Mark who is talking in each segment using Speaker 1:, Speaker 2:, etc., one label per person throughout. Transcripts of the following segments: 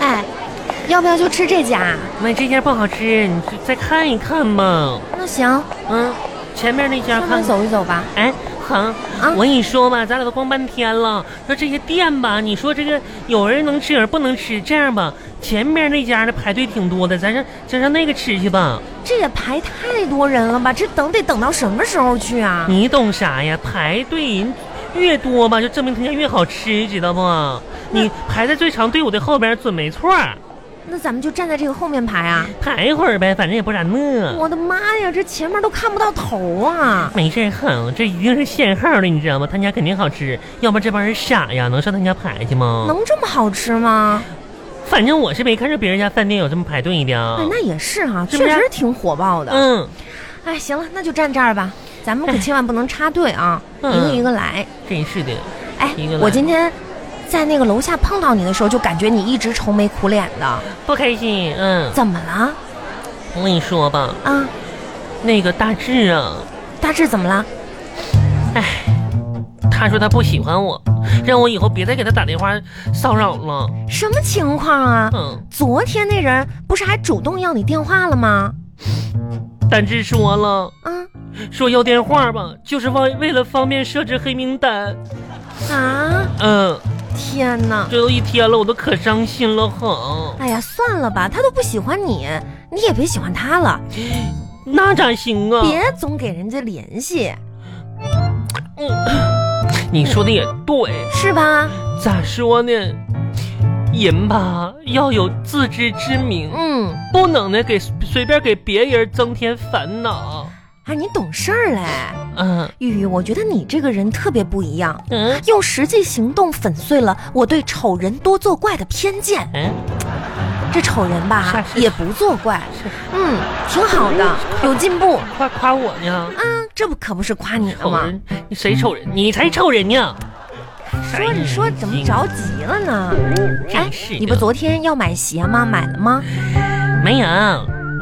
Speaker 1: 哎要不要就吃这家？
Speaker 2: 那这家不好吃，你就再看一看嘛。
Speaker 1: 那行，
Speaker 2: 嗯，前面那
Speaker 1: 慢
Speaker 2: 家看
Speaker 1: 慢
Speaker 2: 看。
Speaker 1: 走一走吧。
Speaker 2: 哎，恒，我跟你说吧，咱俩都逛半天了，说这些店吧，你说这个有人能吃，有人不能吃。这样吧，前面那家的排队挺多的，咱上咱上那个吃去吧。
Speaker 1: 这也排太多人了吧？这等得等到什么时候去啊？
Speaker 2: 你懂啥呀？排队人越多吧，就证明它家越好吃，知道不？你排在最长队伍的后边准没错儿，
Speaker 1: 那咱们就站在这个后面排啊！
Speaker 2: 排一会儿呗，反正也不咋饿。
Speaker 1: 我的妈呀，这前面都看不到头啊！
Speaker 2: 没事，哼，这一定是限号的，你知道吗？他家肯定好吃，要不然这帮人傻呀，能上他家排去吗？
Speaker 1: 能这么好吃吗？
Speaker 2: 反正我是没看着别人家饭店有这么排队的啊
Speaker 1: 哎，。那也是哈、
Speaker 2: 是不
Speaker 1: 确
Speaker 2: 是
Speaker 1: 实挺火爆的。
Speaker 2: 嗯，
Speaker 1: 哎，行了，那就站这儿吧，咱们可千万不能插队啊，一
Speaker 2: 嗯
Speaker 1: 个一个来。
Speaker 2: 真是的，
Speaker 1: 哎
Speaker 2: 一个，来
Speaker 1: 我今天在那个楼下碰到你的时候，就感觉你一直愁眉苦脸的，
Speaker 2: 不开心。嗯，
Speaker 1: 怎么了
Speaker 2: 我跟你说吧，
Speaker 1: 啊？
Speaker 2: 那个大志啊，
Speaker 1: 大志怎么了？
Speaker 2: 他说他不喜欢我，让我以后别再给他打电话骚扰了。
Speaker 1: 什么情况啊？
Speaker 2: 嗯，
Speaker 1: 昨天那人不是还主动要你电话了吗？
Speaker 2: 大志说了，
Speaker 1: 啊
Speaker 2: 说要电话吧，就是为为了方便设置黑名单。
Speaker 1: 啊！
Speaker 2: 嗯，
Speaker 1: 天哪！
Speaker 2: 这都一天了，我都可伤心了，很。
Speaker 1: 哎呀，算了吧，他都不喜欢你，你也别喜欢他了，
Speaker 2: 那咋行啊？
Speaker 1: 别总给人家联系，
Speaker 2: 你说的也对。
Speaker 1: 是吧？
Speaker 2: 咋说呢？人吧要有自知之明，
Speaker 1: 嗯，
Speaker 2: 不能呢给随便给别人增添烦恼。
Speaker 1: 哎，你懂事儿嘞，
Speaker 2: 嗯
Speaker 1: 玉玉，我觉得你这个人特别不一样，
Speaker 2: 嗯
Speaker 1: 用实际行动粉碎了我对丑人多作怪的偏见。
Speaker 2: 嗯，
Speaker 1: 这丑人吧
Speaker 2: 是是
Speaker 1: 也不作怪
Speaker 2: 是，嗯
Speaker 1: 嗯，挺好的，有进步。
Speaker 2: 夸夸我呢？
Speaker 1: 嗯，这不可不是夸你了
Speaker 2: 丑
Speaker 1: 吗？
Speaker 2: 人，你谁丑人？你才丑人呢！
Speaker 1: 说着说着怎么着急了呢？哎
Speaker 2: 真是，的
Speaker 1: 你不昨天要买鞋吗？买了吗？
Speaker 2: 没有？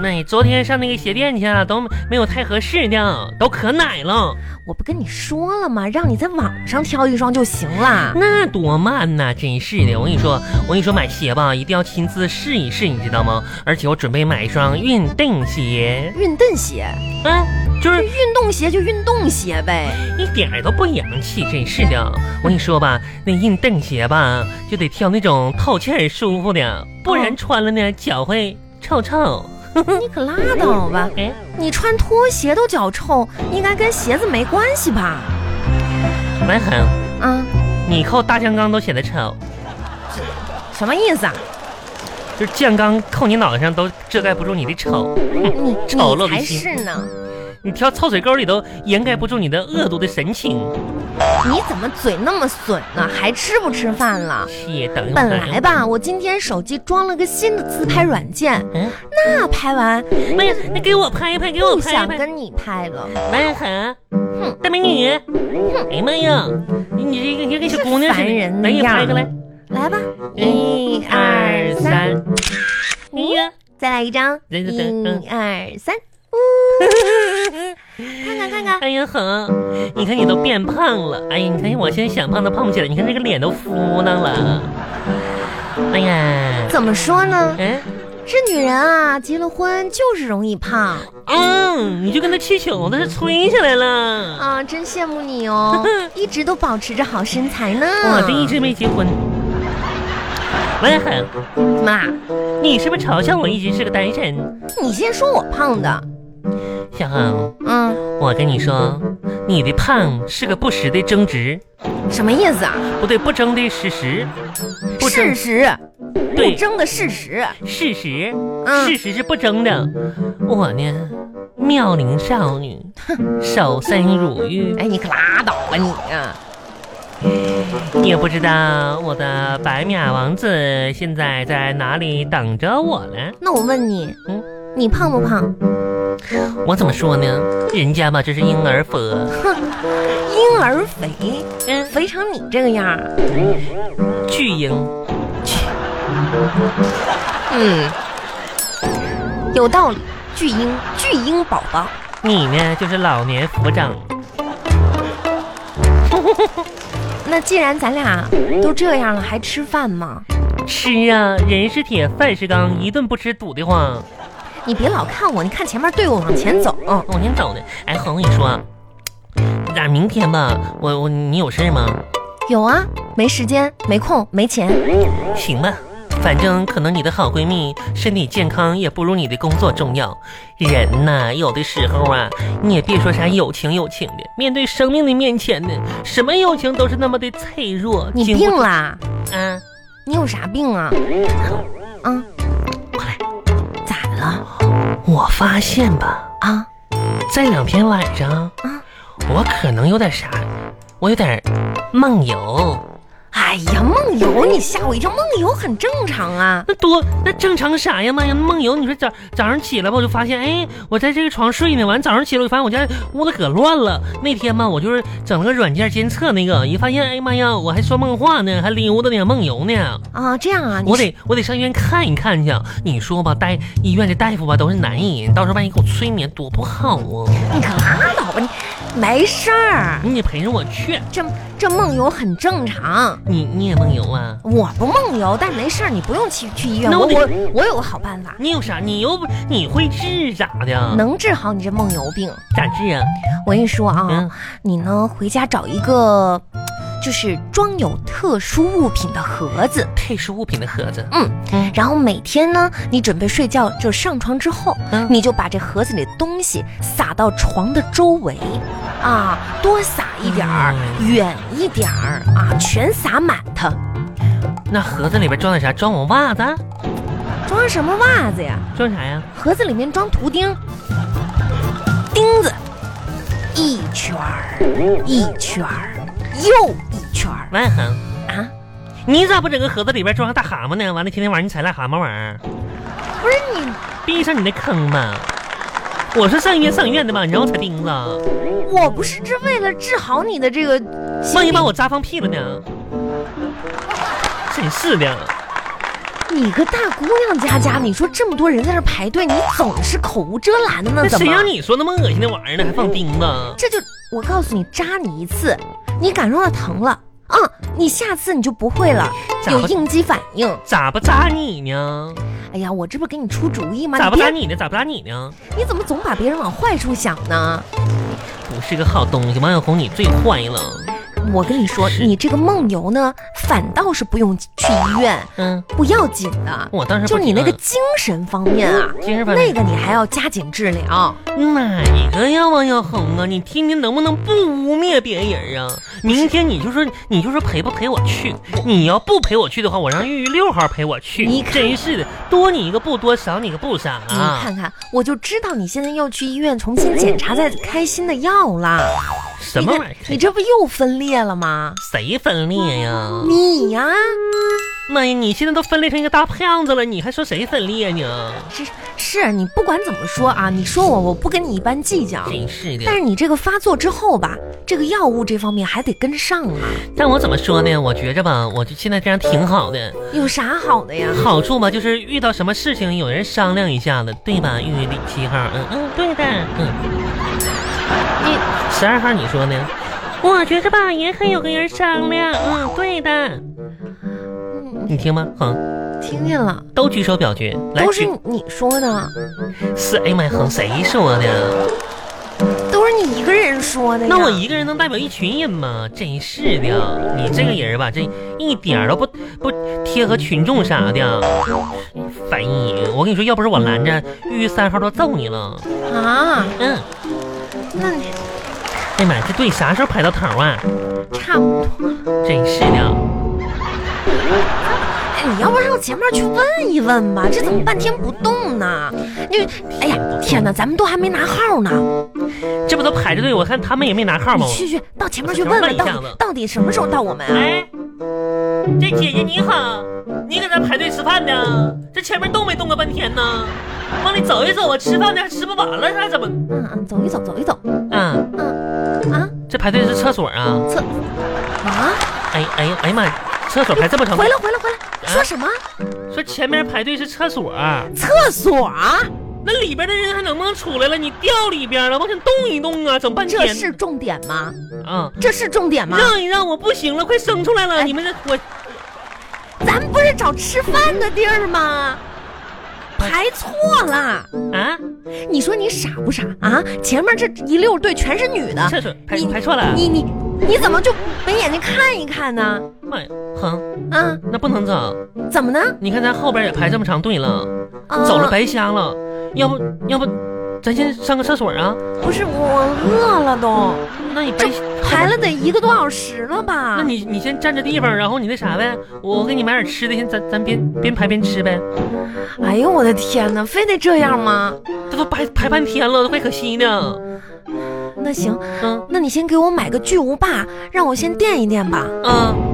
Speaker 2: 那昨天上那个鞋店去啊，都没有太合适的，都可奶了。
Speaker 1: 我不跟你说了吗？让你在网上挑一双就行了。
Speaker 2: 那多慢呐、真是的，我跟你说，我跟你说，买鞋吧，一定要亲自试一试，你知道吗？而且我准备买一双运动鞋，
Speaker 1: 运动鞋，
Speaker 2: 嗯，就是
Speaker 1: 运动鞋就运动鞋 呗。
Speaker 2: 一点儿都不洋气，真是的。我跟你说吧，那印蹬鞋吧，就得挑那种透气儿舒服的，不然穿了呢脚会臭臭。
Speaker 1: 你可拉倒吧，
Speaker 2: 哎，
Speaker 1: 你穿拖鞋都脚臭，应该跟鞋子没关系吧？
Speaker 2: 蛮狠，
Speaker 1: 啊，
Speaker 2: 你扣大酱缸都显得丑，
Speaker 1: 什么意思啊？
Speaker 2: 就是酱缸扣你脑袋上都遮盖不住你的丑，
Speaker 1: 你
Speaker 2: 丑陋
Speaker 1: 你才
Speaker 2: 的心
Speaker 1: 是呢！
Speaker 2: 你挑臭水沟里都掩盖不住你的恶毒的神情。
Speaker 1: 你怎么嘴那么损呢？还吃不吃饭了？
Speaker 2: 是，等一嗯会儿。
Speaker 1: 本来吧，我今天手机装了个新的自拍软件，
Speaker 2: 嗯，
Speaker 1: 那拍完
Speaker 2: 哎呀，那给我拍一拍，给我
Speaker 1: 不
Speaker 2: 哦拍一
Speaker 1: 想
Speaker 2: 拍。
Speaker 1: 跟你拍了，
Speaker 2: 蛮狠，大美女，哎呀妈呀，你这个你这跟小姑娘似
Speaker 1: 烦人
Speaker 2: 的，
Speaker 1: 的
Speaker 2: 来给
Speaker 1: 样
Speaker 2: 拍个来。
Speaker 1: 来吧，一二三，，
Speaker 2: 哎呀，
Speaker 1: 再来一张，
Speaker 2: 等等等嗯
Speaker 1: 一二三，呜，看看看看，
Speaker 2: 哎呀哼，你看你都变胖了，哎呀，你看我现在想胖都胖不起来，你看这个脸都敷囊了，哎呀，
Speaker 1: 怎么说呢？
Speaker 2: 哎，
Speaker 1: 这女人啊，结了婚就是容易胖
Speaker 2: 嗯，你就跟那气球子是吹起来了，
Speaker 1: 啊，真羡慕你哦，一直都保持着好身材呢。
Speaker 2: 我这一直没结婚。喂，狠，
Speaker 1: 妈，
Speaker 2: 你是不是嘲笑我一直是个单身？
Speaker 1: 你先说我胖的，
Speaker 2: 小恒，
Speaker 1: 嗯，
Speaker 2: 我跟你说，你的胖是个不实的争执，
Speaker 1: 什么意思啊？
Speaker 2: 不对，不争的事实，不
Speaker 1: 事
Speaker 2: 争
Speaker 1: 实，
Speaker 2: 对
Speaker 1: 不争的事实。
Speaker 2: 事实，
Speaker 1: 嗯
Speaker 2: 事实是不争的。我呢，妙龄少 女，守身如玉，
Speaker 1: 哎，你可拉倒吧你！啊
Speaker 2: 也不知道我的白马王子现在在哪里等着我了。
Speaker 1: 那我问你，
Speaker 2: 嗯
Speaker 1: 你胖不胖？
Speaker 2: 我怎么说呢？人家吧，这是婴儿佛，
Speaker 1: 婴儿肥，
Speaker 2: 嗯，
Speaker 1: 肥成你这个样儿，
Speaker 2: 巨婴，
Speaker 1: 嗯，有道理。巨婴，巨婴宝宝，
Speaker 2: 你呢就是老年福长。
Speaker 1: 那既然咱俩都这样了，还吃饭吗？
Speaker 2: 吃啊，人是铁，饭是钢，一顿不吃堵得慌。
Speaker 1: 你别老看我，你看前面队伍往前走。嗯，
Speaker 2: 往前走呢。哎，恒，我跟你说啊，咋明天吧？我我你有事吗？
Speaker 1: 有啊，没时间，没空，没钱。
Speaker 2: 行吧，反正可能你的好闺蜜身体健康也不如你的工作重要。人呐、有的时候啊，你也别说啥友情友情的，面对生命的面前呢，什么友情都是那么的脆弱。
Speaker 1: 你
Speaker 2: 经
Speaker 1: 病
Speaker 2: 不
Speaker 1: 啦？
Speaker 2: 啊？
Speaker 1: 你有啥病啊？啊，
Speaker 2: 过来，
Speaker 1: 咋的了？
Speaker 2: 我发现吧，
Speaker 1: 啊，
Speaker 2: 这两天晚上，
Speaker 1: 嗯
Speaker 2: 我可能有点啥，我有点梦游。
Speaker 1: 哎呀，梦游，你吓我一跳，梦游很正常啊。
Speaker 2: 那多那正常啥呀？妈呀，梦游！你说早早上起来吧，我就发现，哎，我在这个床睡呢。完早上起来，我就发现哎我家屋子可乱了。那天嘛，我就是整了个软件监测那个，一发现，哎妈呀，我还说梦话呢，还溜达呢，梦游呢。
Speaker 1: 啊，这样啊，你
Speaker 2: 我得我得上医院看一看去。你说吧，大医院这大夫吧都是男人，到时候万一给我催眠多不好啊！
Speaker 1: 你可拉倒吧，你没事儿，
Speaker 2: 你得陪着我去，
Speaker 1: 这这梦游很正常。
Speaker 2: 你你也梦游啊？
Speaker 1: 我不梦游，但没事儿，你不用去去医院。
Speaker 2: 那
Speaker 1: 我
Speaker 2: 我得
Speaker 1: 我我有个好办法，
Speaker 2: 你有啥？你又不你会治咋的？
Speaker 1: 能治好你这梦游病。
Speaker 2: 咋治啊？
Speaker 1: 我跟你说啊，
Speaker 2: 嗯
Speaker 1: 你呢回家找一个，就是装有特殊物品的盒子，
Speaker 2: 配饰物品的盒子。
Speaker 1: 嗯
Speaker 2: 嗯
Speaker 1: 然后每天呢，你准备睡觉就上床之后，
Speaker 2: 嗯
Speaker 1: 你就把这盒子里的东西撒到床的周围，啊，多撒一点儿，
Speaker 2: 嗯
Speaker 1: 远一点儿啊，全撒满它。
Speaker 2: 那盒子里边装的啥？装我袜子？啊
Speaker 1: 装什么袜子呀？
Speaker 2: 装啥呀？
Speaker 1: 盒子里面装图钉，钉子，一圈儿一圈儿又一圈儿
Speaker 2: 万恒，
Speaker 1: 啊！
Speaker 2: 你咋不整个盒子里边装个大蛤蟆呢？完了，天天晚上你踩癞蛤蟆玩儿，
Speaker 1: 不是你，
Speaker 2: 闭上你的坑吧！我是上医院上医院的吧？你让我踩钉子，
Speaker 1: 我不是这为了治好你的这个心
Speaker 2: 万一
Speaker 1: 理
Speaker 2: 把我扎放屁了呢？真是的，
Speaker 1: 你个大姑娘家家，你说这么多人在这排队，你总是口无遮拦的呢？
Speaker 2: 那
Speaker 1: 怎
Speaker 2: 谁
Speaker 1: 么
Speaker 2: 让？你说那么恶心的玩意儿呢？还放钉子？
Speaker 1: 这就我告诉你，扎你一次，你感受到疼了，嗯，你下次你就不会了，
Speaker 2: 咋
Speaker 1: 有
Speaker 2: 不
Speaker 1: 应激反应。
Speaker 2: 咋不扎你呢？
Speaker 1: 哎呀，我这不是给你出主意吗？
Speaker 2: 咋
Speaker 1: 你
Speaker 2: 不扎
Speaker 1: 别，
Speaker 2: 你呢？咋不扎你呢？
Speaker 1: 你怎么总把别人往坏处想呢？
Speaker 2: 不是个好东西，王小红，你最坏了。
Speaker 1: 我跟你说，
Speaker 2: 是
Speaker 1: 你这个梦游呢，反倒是不用去医院，
Speaker 2: 嗯，
Speaker 1: 不要紧的，
Speaker 2: 我当时
Speaker 1: 就
Speaker 2: 不
Speaker 1: 你那个
Speaker 2: 听
Speaker 1: 精神方面啊，
Speaker 2: 精神方面
Speaker 1: 那
Speaker 2: 啊
Speaker 1: 个你还要加紧治疗。
Speaker 2: 哪个呀，王小红啊？你天天能不能不污蔑别人啊？明天你就说，你就说陪不陪我去？你要不陪我去的话，我让玉玉六号陪我去。
Speaker 1: 你看
Speaker 2: 真是的，多你一个不多，少你一个不少
Speaker 1: 你
Speaker 2: 啊！
Speaker 1: 看看，我就知道你现在要去医院重新检查再开新的药啦。
Speaker 2: 什么玩意
Speaker 1: 你
Speaker 2: 儿？
Speaker 1: 这不又分裂了吗？
Speaker 2: 谁分裂呀？
Speaker 1: 你呀、
Speaker 2: 妈呀，你现在都分裂成一个大胖子了，你还说谁分裂呢？
Speaker 1: 是是你不管怎么说啊，你说我我不跟你一般计较，
Speaker 2: 真是的
Speaker 1: 但。是你这个发作之后吧，这个药物这方面还得跟上啊。
Speaker 2: 但我怎么说呢？我觉着吧，我就现在这样挺好的。
Speaker 1: 有啥好的呀？
Speaker 2: 好处嘛，就是遇到什么事情有人商量一下子，对吧？玉玉第七号，嗯嗯，对的，嗯。你十二号你说呢？我觉着吧，也可以有个人商量，嗯，对的。
Speaker 1: 嗯
Speaker 2: 你听吗？哼，
Speaker 1: 听见了，
Speaker 2: 都举手表决，来
Speaker 1: 都是
Speaker 2: 举。
Speaker 1: 你说的，
Speaker 2: 是哎呀妈呀，哼，谁说的？
Speaker 1: 都是你一个人说的呀。
Speaker 2: 那我一个人能代表一群人吗？真是的，你这个人吧，这一点儿都不不贴合群众啥的，烦人。我跟你说，要不是我拦着，玉玉三号都揍你了。
Speaker 1: 啊，
Speaker 2: 嗯。
Speaker 1: 那你
Speaker 2: 哎呀妈，呀，这队啥时候排到头啊？
Speaker 1: 差不多。
Speaker 2: 真是的，
Speaker 1: 哎，你要不上前面去问一问吧？这怎么半天不动呢？你，哎呀，天哪，咱们都还没拿号呢。
Speaker 2: 这不都排着队？我看他们也没拿号
Speaker 1: 你
Speaker 2: 吗？
Speaker 1: 去去，到前面去问问，到底到底什么时候到我们啊？
Speaker 2: 哎，这姐姐你好，你搁这排队吃饭呢？这前面动没动个半天呢？往里走一走啊，吃饭呢还吃不完了，还怎么？
Speaker 1: 嗯嗯，走一走，走一走。
Speaker 2: 嗯，
Speaker 1: 嗯啊
Speaker 2: 这排队是厕所啊？
Speaker 1: 厕啊，
Speaker 2: 哎哎呀哎呀妈，呀，厕所排这么啊长
Speaker 1: 回
Speaker 2: 队
Speaker 1: 来，回来回来，说什么？
Speaker 2: 说前面排队是厕所、啊
Speaker 1: 厕所？啊
Speaker 2: 那里边的人还能不能出来了？你掉里边了，往前动一动啊，整半天。
Speaker 1: 这是重点吗？
Speaker 2: 啊，
Speaker 1: 这是重点吗？
Speaker 2: 让一让，我不行了，快生出来了！
Speaker 1: 哎
Speaker 2: 你们这我
Speaker 1: 咱不是找吃饭的地儿吗？排错了。
Speaker 2: 啊，
Speaker 1: 你说你傻不傻啊？前面这一溜队全是女的，
Speaker 2: 这是排
Speaker 1: 你
Speaker 2: 排错了。
Speaker 1: 啊你你你怎么就没眼睛看一看呢？
Speaker 2: 妈呀，哼，
Speaker 1: 啊，
Speaker 2: 那不能走。
Speaker 1: 怎么呢？
Speaker 2: 你看咱后边也排这么长队了，
Speaker 1: 啊、
Speaker 2: 走了白瞎了。要不要不，咱先上个厕所啊？
Speaker 1: 不是我饿了都，
Speaker 2: 那你
Speaker 1: 这
Speaker 2: 白
Speaker 1: 排了得一个多小时了吧？
Speaker 2: 那你你先占着地方，然后你那啥呗，我给你买点吃的，先咱咱边边排边吃呗。
Speaker 1: 哎呦我的天哪，非得这样吗？
Speaker 2: 这都排排半天了，都快可惜呢。
Speaker 1: 那行，
Speaker 2: 嗯
Speaker 1: 那你先给我买个巨无霸，让我先垫一垫吧。
Speaker 2: 嗯，